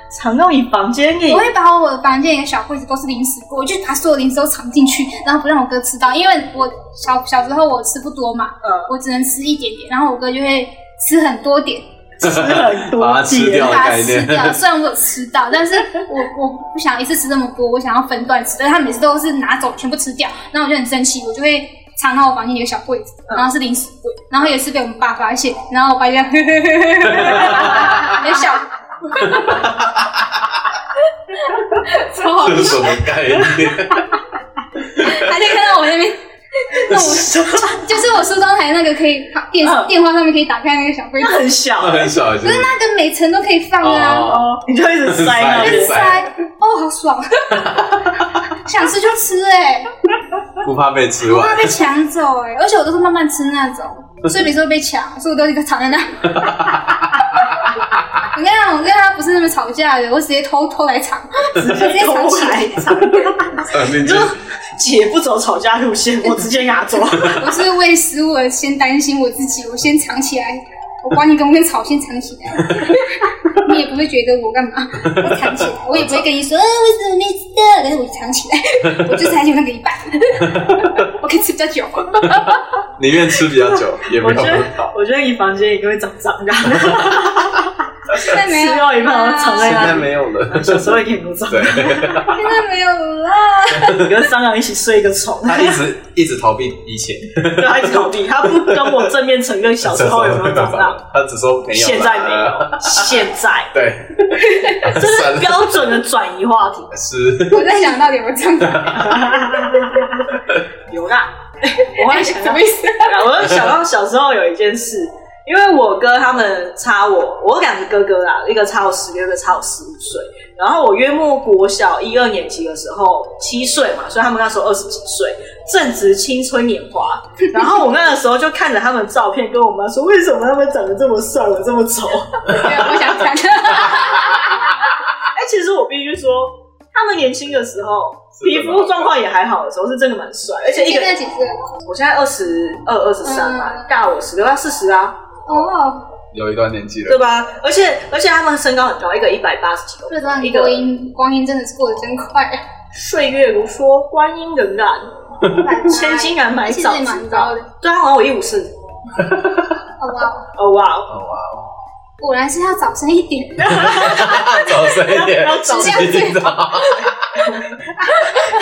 Speaker 1: 藏到你房间里
Speaker 3: 我，会把我的房间里的小柜子都是零食柜，我就把所有零食都藏进去，然后不让我哥吃到，因为我小小时候我吃不多嘛，
Speaker 1: 嗯，
Speaker 3: 我只能吃一点点，然后我哥就会吃很多点，
Speaker 1: 吃很
Speaker 2: 把
Speaker 1: 多
Speaker 2: 它吃
Speaker 1: 季
Speaker 2: 掉
Speaker 1: 耶，
Speaker 3: 把它吃掉。虽然我有吃到，但是我我不想一次吃这么多，我想要分段吃。但是他每次都是拿走全部吃掉，然后我就很生气，我就会藏到我房间里的小柜子，
Speaker 1: 嗯
Speaker 3: 然后是零食柜，然后也是被我们爸发现，然后我爸就呵 呵呵笑，超好
Speaker 2: 这是
Speaker 3: 笑，
Speaker 2: 什么概念？
Speaker 3: 还在看到我那边。那我就是我梳妆台那个可以电
Speaker 1: 嗯
Speaker 3: 电话上面可以打开那个小柜
Speaker 1: 那
Speaker 3: 子，
Speaker 1: 很小
Speaker 2: 那很小心。
Speaker 3: 那个每层都可以放啊。
Speaker 2: 哦
Speaker 1: 哦，你就一直塞那
Speaker 3: 就是
Speaker 1: 边，
Speaker 3: 塞，哦，好爽， 想吃就吃哎、
Speaker 2: 不怕被吃
Speaker 3: 不
Speaker 2: 完
Speaker 3: 怕。被抢走哎、而且我都是慢慢吃那种，所以每次都被抢，所以我都一个藏在那。你 看，我跟他不是那么吵架的，我直接偷偷来藏，
Speaker 1: 直
Speaker 3: 直接
Speaker 1: 接
Speaker 3: 藏
Speaker 1: 偷
Speaker 3: 起来
Speaker 1: 来。。
Speaker 2: 啊你
Speaker 1: 你
Speaker 2: 这
Speaker 1: 就姐不走吵架路线，我直接给他走。
Speaker 3: 我是为食物而先担心我自己，我先藏起来。我管你跟不跟吵，先藏起来。你也不会觉得我干嘛，我藏起来，我也不会跟你说，呃，为什么没吃到？但是我藏起来，我就藏起那个一半， 我可以吃比较久。
Speaker 2: 宁愿吃比较 久，也没
Speaker 1: 我
Speaker 2: 有
Speaker 1: 觉
Speaker 2: 很
Speaker 1: 得
Speaker 2: 好。，
Speaker 1: 我觉得你房间一定会长蟑螂。
Speaker 3: 现在没有
Speaker 1: 吃到一半然后藏在
Speaker 2: 现
Speaker 1: 那
Speaker 2: 在没有了。
Speaker 1: 小时候也可以多蟑
Speaker 2: 对，
Speaker 1: 螂，
Speaker 3: 啊现在没有了啦。
Speaker 1: 你跟蟑螂一起睡一个床，
Speaker 2: 他一直一直逃避一切。
Speaker 1: 对他一直逃避，他不跟我正面承认小时候有没有长大。？
Speaker 2: 他只说没有。
Speaker 1: 现在没有，现在
Speaker 2: 对，
Speaker 1: 这
Speaker 2: 算
Speaker 1: 是
Speaker 2: 了
Speaker 1: 标准的转移话题。
Speaker 2: 是
Speaker 3: 我在想到底我这样子
Speaker 1: 有啦， 我会想
Speaker 3: 什
Speaker 1: 到
Speaker 3: 么意思？
Speaker 1: 我就想到小时候有一件事，因为我哥他们差我，我有两个哥哥啦，一个差我十个，一个差我十五岁。然后我约莫国小一二年级的时候，七岁嘛，所以他们那时候二十几岁，正值青春年华。然后我那个时候就看着他们照片，跟我妈说，为什么他们长得这么帅，我这么丑？
Speaker 3: 对，我想看。
Speaker 1: 哎、其实我必须说，他们年轻的时候，皮肤状况也还好的时候，是真的蛮帅，而且一个
Speaker 3: 现在嗯几岁了？
Speaker 1: 我现在二十二、二十三嘛，大我十六到四十啊。
Speaker 3: 哦，
Speaker 2: 有一段年纪
Speaker 1: 对
Speaker 2: 了。
Speaker 1: 吧？而且而且他们身高很高，一个一百八十几公
Speaker 3: 不知道
Speaker 1: 分，一
Speaker 3: 你
Speaker 1: 个
Speaker 3: 光阴光阴真的是过得真快啊，
Speaker 1: 岁月如梭，光阴荏苒，千金难买
Speaker 3: 其
Speaker 1: 早
Speaker 3: 实也
Speaker 1: 知
Speaker 3: 蛮
Speaker 1: 道
Speaker 3: 高。的，
Speaker 1: 对啊，好像我一五四，
Speaker 3: 好不好？
Speaker 1: 哦哇哦，
Speaker 2: 哦哇，
Speaker 3: 果然是要早生一点，
Speaker 2: 早生一点，
Speaker 1: 要早
Speaker 3: 生一点
Speaker 2: 知道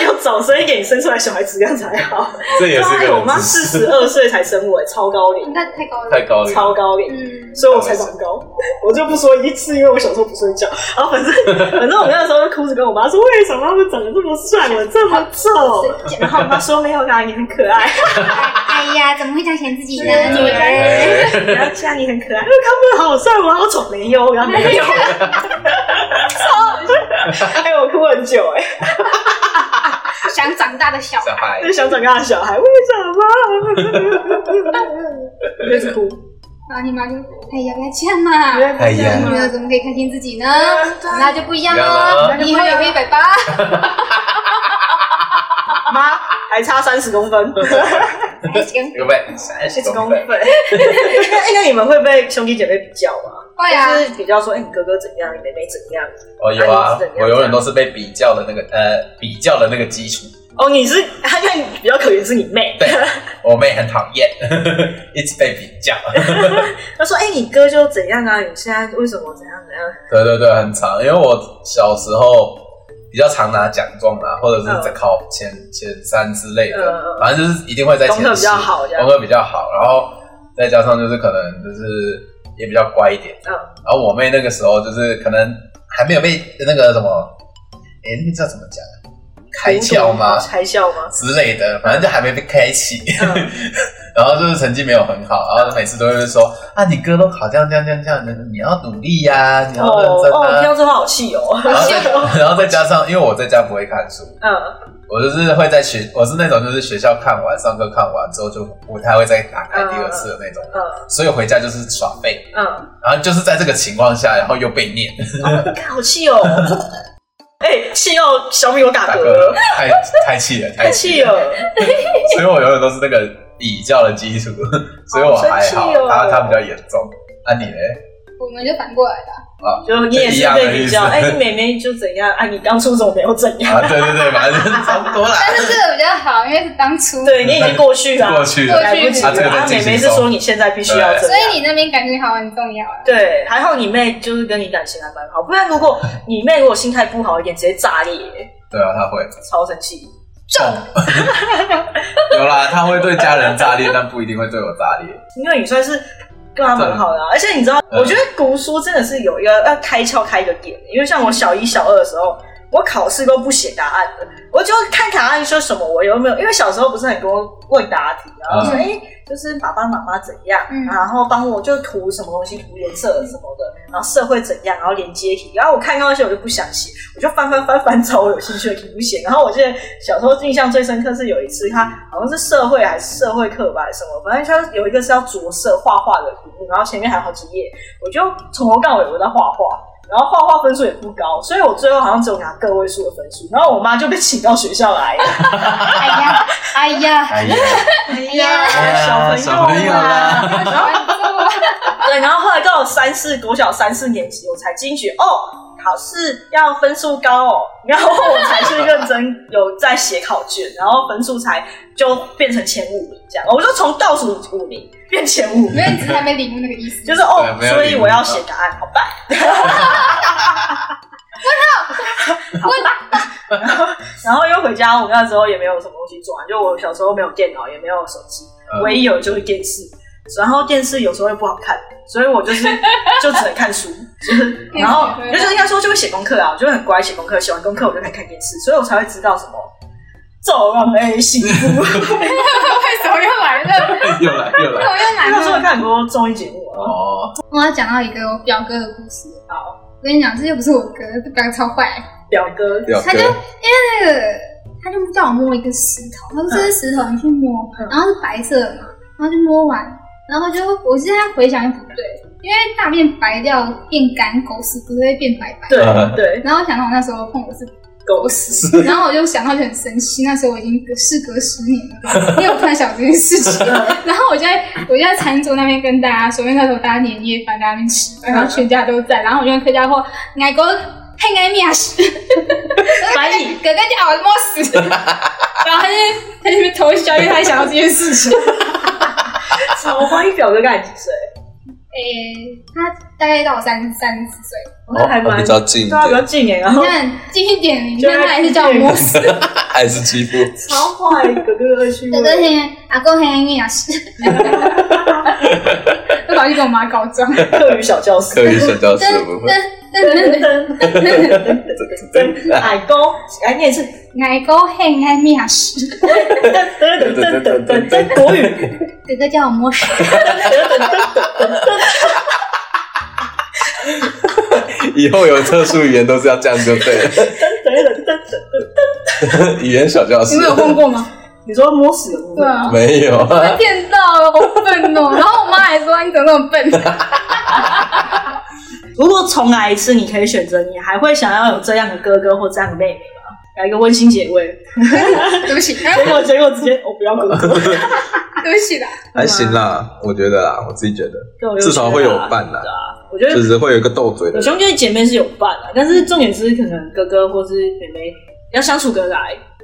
Speaker 1: 要早生一点，你生出来小孩质量才好。
Speaker 2: 这也是一
Speaker 1: 对啊我
Speaker 2: 个
Speaker 1: 妈
Speaker 2: 冷
Speaker 1: 四
Speaker 2: 知
Speaker 1: 十
Speaker 2: 识，
Speaker 1: 二岁才生我，超高龄，
Speaker 3: 那太高了。
Speaker 2: 太高了。
Speaker 1: 超高龄。
Speaker 3: 嗯，
Speaker 1: 所以我才长高， 我就不说一次，因为我小时候不睡觉。然后反正反正我那时候就哭着跟我妈说，为什么他们长得这么帅，我这么丑？然后我妈说没有啦，你很可爱。
Speaker 3: 哎呀，怎么会这样嫌自己 呢？哎
Speaker 1: 对
Speaker 3: 女人。
Speaker 1: 然后家你很可爱，哎他们好帅，我好丑，没有，然后没有，哎、我哭很久哎、
Speaker 3: 想长大的小
Speaker 2: 小孩
Speaker 1: 就想长大的小孩，为什么？我就一直哭，
Speaker 3: 然后你妈就，哎呀，不要这样嘛，
Speaker 1: 哎
Speaker 2: 呀
Speaker 3: 女儿怎么可以看清自己呢？
Speaker 1: 对啊
Speaker 3: 那就不一样喽，
Speaker 2: 那
Speaker 1: 就不一样啊
Speaker 3: 你以后也可以一百八，哎
Speaker 1: 妈还差三十公分，
Speaker 3: 还行，
Speaker 2: 有呗，三
Speaker 1: 三
Speaker 2: 十
Speaker 1: 十公
Speaker 2: 公
Speaker 1: 分。
Speaker 2: 分。
Speaker 1: 那那你们会被兄弟姐妹比较吗？
Speaker 3: 会啊，
Speaker 1: 就是比较说，哎、你哥哥怎样，你妹妹怎样？
Speaker 2: 哦，有啊
Speaker 1: 那你是怎，样
Speaker 2: 我永远都是被比较的那个呃，比较的那个基础。
Speaker 1: 哦，你是他看你比较可怜是你妹，
Speaker 2: 对，我妹很讨厌， 一直被比较。
Speaker 1: 他说，哎、你哥就怎样啊？你现在为什么怎样怎样？
Speaker 2: 对对对，很长，因为我小时候比较常拿奖状啊，或者是
Speaker 1: 嗯
Speaker 2: 考前前三之类
Speaker 1: 嗯嗯
Speaker 2: 的
Speaker 1: 嗯，
Speaker 2: 反正就是一定会在前
Speaker 1: 功课比
Speaker 2: 十
Speaker 1: 较好这样
Speaker 2: 功课比较好，然后再加上就是可能就是也比较乖一点。
Speaker 1: 嗯
Speaker 2: 然后我妹那个时候就是可能还没有被那个什么，哎，那个叫怎么讲啊？开窍吗？
Speaker 1: 开窍 吗？
Speaker 2: 之类的，反正就还没被开 启。
Speaker 1: 嗯
Speaker 2: 然后就是成绩没有很好，然后每次都会说啊，你哥都考这样这样这样这样，你要努力呀、你要认
Speaker 1: 哦
Speaker 2: 真
Speaker 1: 哦，听
Speaker 2: 啊。
Speaker 1: 到这话好气哦。
Speaker 2: 然后再 然后再加上，因为我在家不会看书，
Speaker 1: 嗯
Speaker 2: 我就是会在学，我是那种就是学校看完上课看完之后就不太会再打开第二次的那种，
Speaker 1: 嗯
Speaker 2: 所以回家就是耍废。
Speaker 1: 嗯，
Speaker 2: 然后就是在这个情况下，然后又被念，
Speaker 1: 哦干好气哦。 哎，气到小米我打
Speaker 2: 大
Speaker 1: 嗝
Speaker 2: 哥
Speaker 1: 了，
Speaker 2: 太太气了，
Speaker 1: 太
Speaker 2: 太气
Speaker 1: 气
Speaker 2: 了。
Speaker 1: 了。
Speaker 2: 所以我永远都是那个比较的基础，所以我还好
Speaker 1: 好生气哦，
Speaker 2: 他他比较严重。那你呢？
Speaker 3: 我们就反过来了。
Speaker 2: 啊，
Speaker 1: 就你也
Speaker 2: 一
Speaker 1: 是
Speaker 2: 样的
Speaker 1: 被
Speaker 2: 意
Speaker 1: 比
Speaker 2: 思
Speaker 1: 较，哎，你妹妹就怎样？哎，你当初怎么没有怎样？
Speaker 2: 啊，对对对，反正就是差不多啦。
Speaker 3: 但是这个比较好，因为是当初，所
Speaker 1: 对你已经过去了，
Speaker 2: 过去了，
Speaker 1: 来不及
Speaker 2: 啊这
Speaker 1: 了。
Speaker 2: 个在
Speaker 1: 啊，
Speaker 2: 进
Speaker 1: 妹
Speaker 2: 行
Speaker 1: 妹是
Speaker 2: 中
Speaker 1: 说你现在必须要这样。
Speaker 3: 以你那边感情好很重要啊。
Speaker 1: 对，还好你妹就是跟你感情还蛮好，不然如果你妹如果心态不好一点，直接炸裂，
Speaker 2: 对啊，他会
Speaker 1: 超生气。
Speaker 2: 重。有啦，他会对家人炸裂，但不一定会对我炸裂。
Speaker 1: 因为你算是跟他蛮好的、啊，而且你知道，
Speaker 2: 嗯
Speaker 1: 我觉得读书真的是有一个要开窍开一个点，因为像我小一、小二的时候，我考试都不写答案的，我就看答案说什么我有没有，因为小时候不是很多问答题，然后说
Speaker 2: 嗯
Speaker 1: 哎、诶就是爸爸妈妈怎样，
Speaker 3: 嗯
Speaker 1: 然后帮我就涂什么东西，涂颜色什么的，然后社会怎样，然后连接题，然后我看到那些我就不想写，我就翻翻翻翻找我有兴趣的题目写。然后我记得小时候印象最深刻是有一次，他好像是社会还是社会课吧，还是什么，反正他有一个是要着色画画的题目，然后前面还有好几页，我就从头到尾我在画画。然后画画分数也不高，所以我最后好像只有拿个位数的分数。然后我妈就被请到学校来，
Speaker 3: 哎呀，哎呀，
Speaker 2: 哎呀，
Speaker 1: 哎
Speaker 3: 呀
Speaker 1: 小朋友啊
Speaker 2: 小
Speaker 3: 然后
Speaker 1: 对，然后后来到了三四国小三四年级，我才惊觉哦，考试要分数高哦，然后我才去认真有在写考卷，然后分数才就变成前五名这样，哦我就从倒数五名变前五
Speaker 3: 没
Speaker 1: 名，
Speaker 3: 有，你只是还没领悟那个意思。
Speaker 1: 就是哦
Speaker 2: 对，没有
Speaker 1: 所
Speaker 2: 理
Speaker 1: 以
Speaker 2: 由
Speaker 1: 我要写答案，好吧？然后又回家，我那时候也没有什么东西做啊，就我小时候没有电脑，也没有手机，
Speaker 2: 嗯
Speaker 1: 唯一有就是电视，然后电视有时候又不好看，所以我就是就只能看书，就是然后
Speaker 3: 嗯
Speaker 1: 就是应该说就会写功课啊，我就会很乖写功课，写完功课我就开始看电视，所以我才会知道什么走让 A 幸福。
Speaker 3: 为什么又来了？
Speaker 2: 哎又来又来
Speaker 3: 为什么又来
Speaker 1: 那时候
Speaker 3: 了？
Speaker 1: 看很多综艺节目啊，
Speaker 2: 哦，
Speaker 3: 我要讲到一个我表哥的故事。好，我跟你讲，这又不是我哥，这表哥超坏。
Speaker 1: 表哥，
Speaker 2: 表
Speaker 3: 他就
Speaker 2: 哥
Speaker 3: 那个他就叫我摸一个石头，他说这是石头，你去摸，
Speaker 1: 嗯
Speaker 3: 然后是白色的嘛，然后就摸完，然后就我现在回想也不对，因为大便白掉变干，狗屎不是会变白白。
Speaker 1: 对
Speaker 2: 嗯
Speaker 1: 对，
Speaker 3: 然后我想到我那时候碰的是
Speaker 1: 狗
Speaker 3: 狗屎，然后我就想到就很生气，那时候我已经隔事隔十年了，因为我突然想这件事情，然后我就在我就在餐桌那边跟大家说，因为那时候大家年夜饭在那边吃饭，然后全家都在，然后我就跟客家话挨个太挨 面啊屎，
Speaker 1: 翻译
Speaker 3: 哥哥叫我摸屎，然后他就他就在那边偷笑，因为他想到这件事情。
Speaker 1: 超欢迎表哥大你几岁？
Speaker 3: 诶、他大概到我三三十岁，
Speaker 1: 我看还蛮
Speaker 2: 比较近一
Speaker 1: 对啊，比较
Speaker 2: 点，
Speaker 1: 近哎，然后
Speaker 3: 你看近一点，你看他还是叫我摸屎，
Speaker 2: 还是欺负
Speaker 1: 超坏，哥哥恶趣
Speaker 3: 哥哥
Speaker 1: 味。
Speaker 3: 黑阿公黑面屎，我跑去跟我妈告状。
Speaker 1: 课余小教室，
Speaker 2: 课余社交
Speaker 3: 噔
Speaker 2: 是不会。
Speaker 1: 噔
Speaker 3: 噔
Speaker 1: 噔噔噔噔，矮高，来念一次，
Speaker 3: 噔，矮高黑矮面屎，
Speaker 1: 噔噔噔噔噔噔，国语，
Speaker 3: 哥哥叫我摸屎，
Speaker 2: 以后有特殊语言都是要这样就对了。
Speaker 1: 噔噔噔噔。
Speaker 2: 语言小教
Speaker 3: 你
Speaker 2: 室
Speaker 3: 们有碰过吗？
Speaker 1: 你说摸屎的部
Speaker 3: 对
Speaker 1: 分，
Speaker 3: 啊，
Speaker 2: 没有啊？
Speaker 3: 被骗到了，好笨哦。然后我妈还说你怎么那么笨？
Speaker 1: 如果重来一次，你可以选择，你还会想要有这样的哥哥或这样的妹妹吗？来一个温馨结尾，
Speaker 3: 对不起，
Speaker 1: 结果结果直接哦我不要哥哥，
Speaker 3: 对不起啦。
Speaker 1: 啊
Speaker 2: 还行啦，我觉得啦，我自己觉得，至少会有伴啦
Speaker 1: 的。啊我觉得
Speaker 2: 就是会有一个斗嘴的
Speaker 1: 有
Speaker 2: 人。
Speaker 1: 兄弟姐妹是有伴的，但是重点是可能哥哥或是妹妹要相处得来，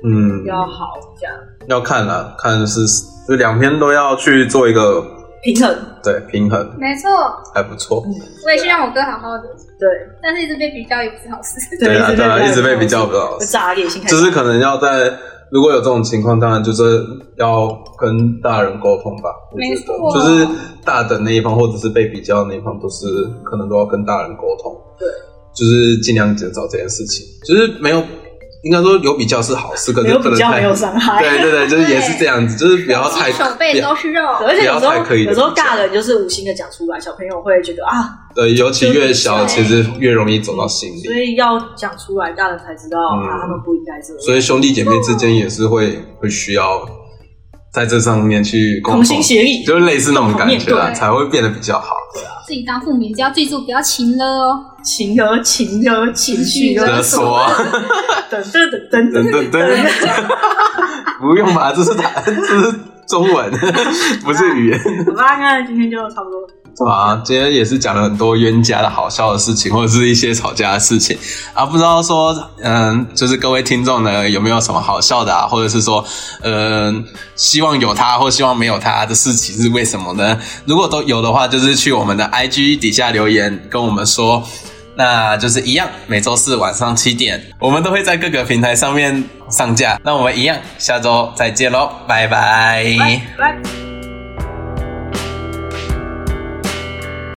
Speaker 2: 嗯，
Speaker 1: 要好这样。
Speaker 2: 要看啦，看是就两边都要去做一个
Speaker 1: 平衡，
Speaker 2: 对，平衡
Speaker 3: 没错，
Speaker 2: 还不错。
Speaker 1: 嗯
Speaker 3: 我也是让我哥好好的，
Speaker 1: 对
Speaker 3: 但是一直被比较也不是好事。
Speaker 2: 对啊，对啊，一直被比
Speaker 1: 我
Speaker 2: 较不到，
Speaker 1: 炸裂心态
Speaker 2: 就是可能要在如果有这种情况，当然就是要跟大人沟通吧。我觉
Speaker 3: 没错
Speaker 2: 得就是大的那一方或者是被比较的那一方，都是可能都要跟大人沟通。
Speaker 1: 对，
Speaker 2: 就是尽量减少这件事情。就是没有，应该说有比较是好事，可
Speaker 1: 没
Speaker 2: 是
Speaker 1: 有
Speaker 2: 不
Speaker 1: 比
Speaker 2: 能
Speaker 1: 较
Speaker 2: 太
Speaker 1: 没有伤害。
Speaker 2: 对对对，就是也是这样子，就是不 要太
Speaker 3: 手背都是肉，
Speaker 1: 而且有时
Speaker 2: 不要太
Speaker 1: 候
Speaker 2: 刻意地
Speaker 1: 有时候
Speaker 2: 比较
Speaker 1: 大人就是无心的讲出来，小朋友会觉得啊，
Speaker 2: 对，尤其越小，
Speaker 3: 对
Speaker 2: 其实越容易走到心
Speaker 1: 所
Speaker 2: 里。
Speaker 1: 以要讲出来，大人才知道、啊，
Speaker 2: 嗯
Speaker 1: 他们不应该这样。
Speaker 2: 所以兄弟姐妹之间也是会会需要在这上面去沟
Speaker 1: 同
Speaker 2: 通。
Speaker 1: 心协力，
Speaker 2: 就是类似那种感觉啦，
Speaker 3: 对
Speaker 2: 才会变得比较好。
Speaker 3: 自己当父母，你就要记住不要勤了哦。
Speaker 1: 情的情的情绪的
Speaker 2: 勒
Speaker 3: 勒
Speaker 2: 索
Speaker 3: 索，
Speaker 1: 等等等
Speaker 2: 等
Speaker 1: 等
Speaker 2: 等等， 不用吧，这是台，这是中文， 不是语言，
Speaker 1: 等，好吧，那今天就差不多。
Speaker 2: 是吧？今天也是讲了很多冤家的好笑的事情，或者是一些吵架的事情啊。不知道说，嗯，就是各位听众呢，有没有什么好笑的啊？或者是说，嗯，希望有他或希望没有他的事情是为什么呢？如果都有的话，就是去我们的 IG 底下留言跟我们说。那就是一样，每周四晚上七点，我们都会在各个平台上面上架。那我们一样，下周再见喽，拜拜
Speaker 1: 拜拜。